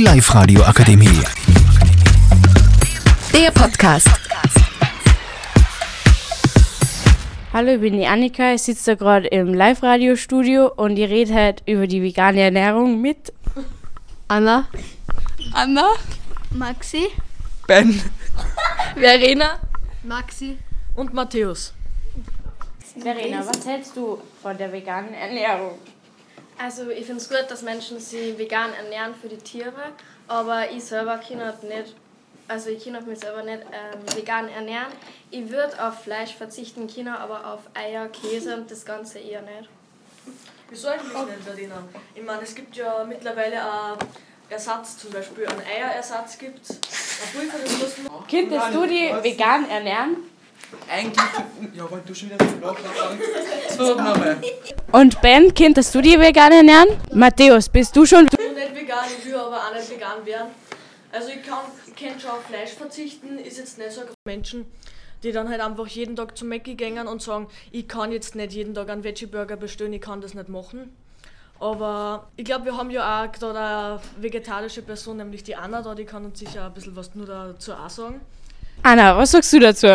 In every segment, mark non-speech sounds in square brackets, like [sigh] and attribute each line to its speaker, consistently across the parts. Speaker 1: Live Radio Akademie.
Speaker 2: Der Podcast.
Speaker 3: Hallo, ich bin die Annika. Ich sitze da gerade im Live-Radio-Studio und ich rede halt über die vegane Ernährung mit.
Speaker 4: Anna,
Speaker 5: Anna,
Speaker 6: Maxi,
Speaker 5: Ben.
Speaker 4: Verena, Maxi und Matthäus.
Speaker 3: Verena, was hältst du von der veganen Ernährung?
Speaker 7: Also ich finde es gut, dass Menschen sich vegan ernähren für die Tiere, aber ich selber kann halt nicht, also ich kann halt mich selber nicht ähm, vegan ernähren. Ich würde auf Fleisch verzichten können, aber auf Eier, Käse und das Ganze eher nicht.
Speaker 4: Wieso eigentlich nicht, Verena? Ich meine, es gibt ja mittlerweile auch Ersatz, zum Beispiel einen Eierersatz gibt es. Pulver, das muss man.
Speaker 3: Könntest du die vegan ernähren?
Speaker 5: Eigentlich. Ja, weil du schon wieder zum Lachen anfängst. So, nochmal.
Speaker 3: Und Ben, könntest du die vegan ernähren? Matthäus, bist du schon?
Speaker 4: Ich bin nicht vegan, ich will aber auch nicht vegan werden. Also ich kann, ich kann schon auf Fleisch verzichten, ist jetzt nicht so ein Menschen, die dann halt einfach jeden Tag zum Mackey gängen und sagen, ich kann jetzt nicht jeden Tag einen Veggie Burger bestellen, ich kann das nicht machen. Aber ich glaube, wir haben ja auch gerade eine vegetarische Person, nämlich die Anna da, die kann uns sicher ein bisschen was nur dazu auch sagen.
Speaker 3: Anna, was sagst du dazu?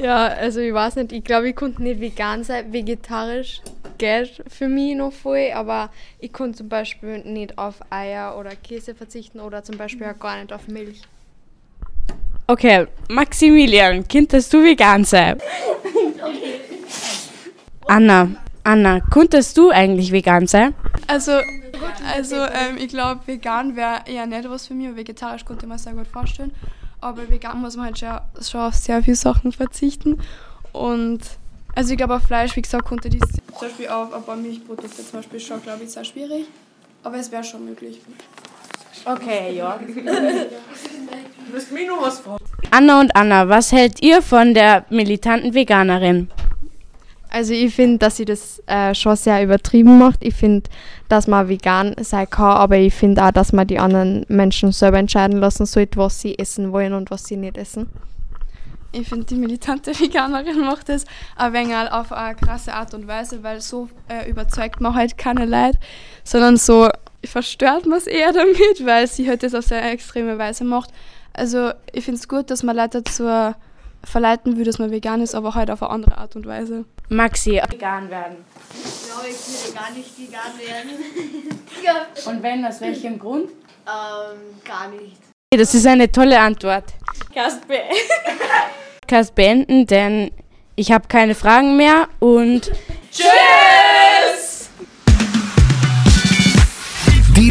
Speaker 8: Ja, also ich weiß nicht, ich glaube, ich konnte nicht vegan sein. Vegetarisch geht für mich noch voll, aber ich konnte zum Beispiel nicht auf Eier oder Käse verzichten oder zum Beispiel
Speaker 7: Mhm.
Speaker 8: auch gar nicht auf Milch.
Speaker 3: Okay, Maximilian, könntest du vegan sein? Anna, Anna, könntest du eigentlich vegan sein?
Speaker 6: Also, also ähm, ich glaube, vegan wäre eher nicht was für mich. Vegetarisch konnte ich mir sehr gut vorstellen. Aber vegan muss man halt schon, schon auf sehr viele Sachen verzichten. Und also ich glaube, auf Fleisch, wie gesagt, konnte ich das zum Beispiel auf ein paar Milchprodukte zum Beispiel schon, glaube ich, sehr schwierig. Aber es wäre schon möglich.
Speaker 3: Okay, ja.
Speaker 4: Du musst mir noch was fragen.
Speaker 3: Anna und Anna, was hält ihr von der militanten Veganerin?
Speaker 8: Also ich finde, dass sie das äh, schon sehr übertrieben macht. Ich finde, dass man vegan sein kann, aber ich finde auch, dass man die anderen Menschen selber entscheiden lassen sollte, was sie essen wollen und was sie nicht essen.
Speaker 6: Ich finde, die militante [laughs] Veganerin macht das ein wenig auf eine krasse Art und Weise, weil so äh, überzeugt man halt keine Leute, sondern so verstört man es eher damit, weil sie halt das auf sehr extreme Weise macht. Also ich finde es gut, dass man Leute dazu verleiten will, dass man vegan ist, aber halt auf eine andere Art und Weise.
Speaker 3: Maxi, vegan werden.
Speaker 9: glaube, ich will gar nicht vegan werden.
Speaker 8: [laughs]
Speaker 9: [laughs]
Speaker 3: Und wenn, aus welchem Grund?
Speaker 9: ähm, gar nicht.
Speaker 3: Das ist eine tolle Antwort. Kannst beenden, denn ich habe keine Fragen mehr und
Speaker 1: Die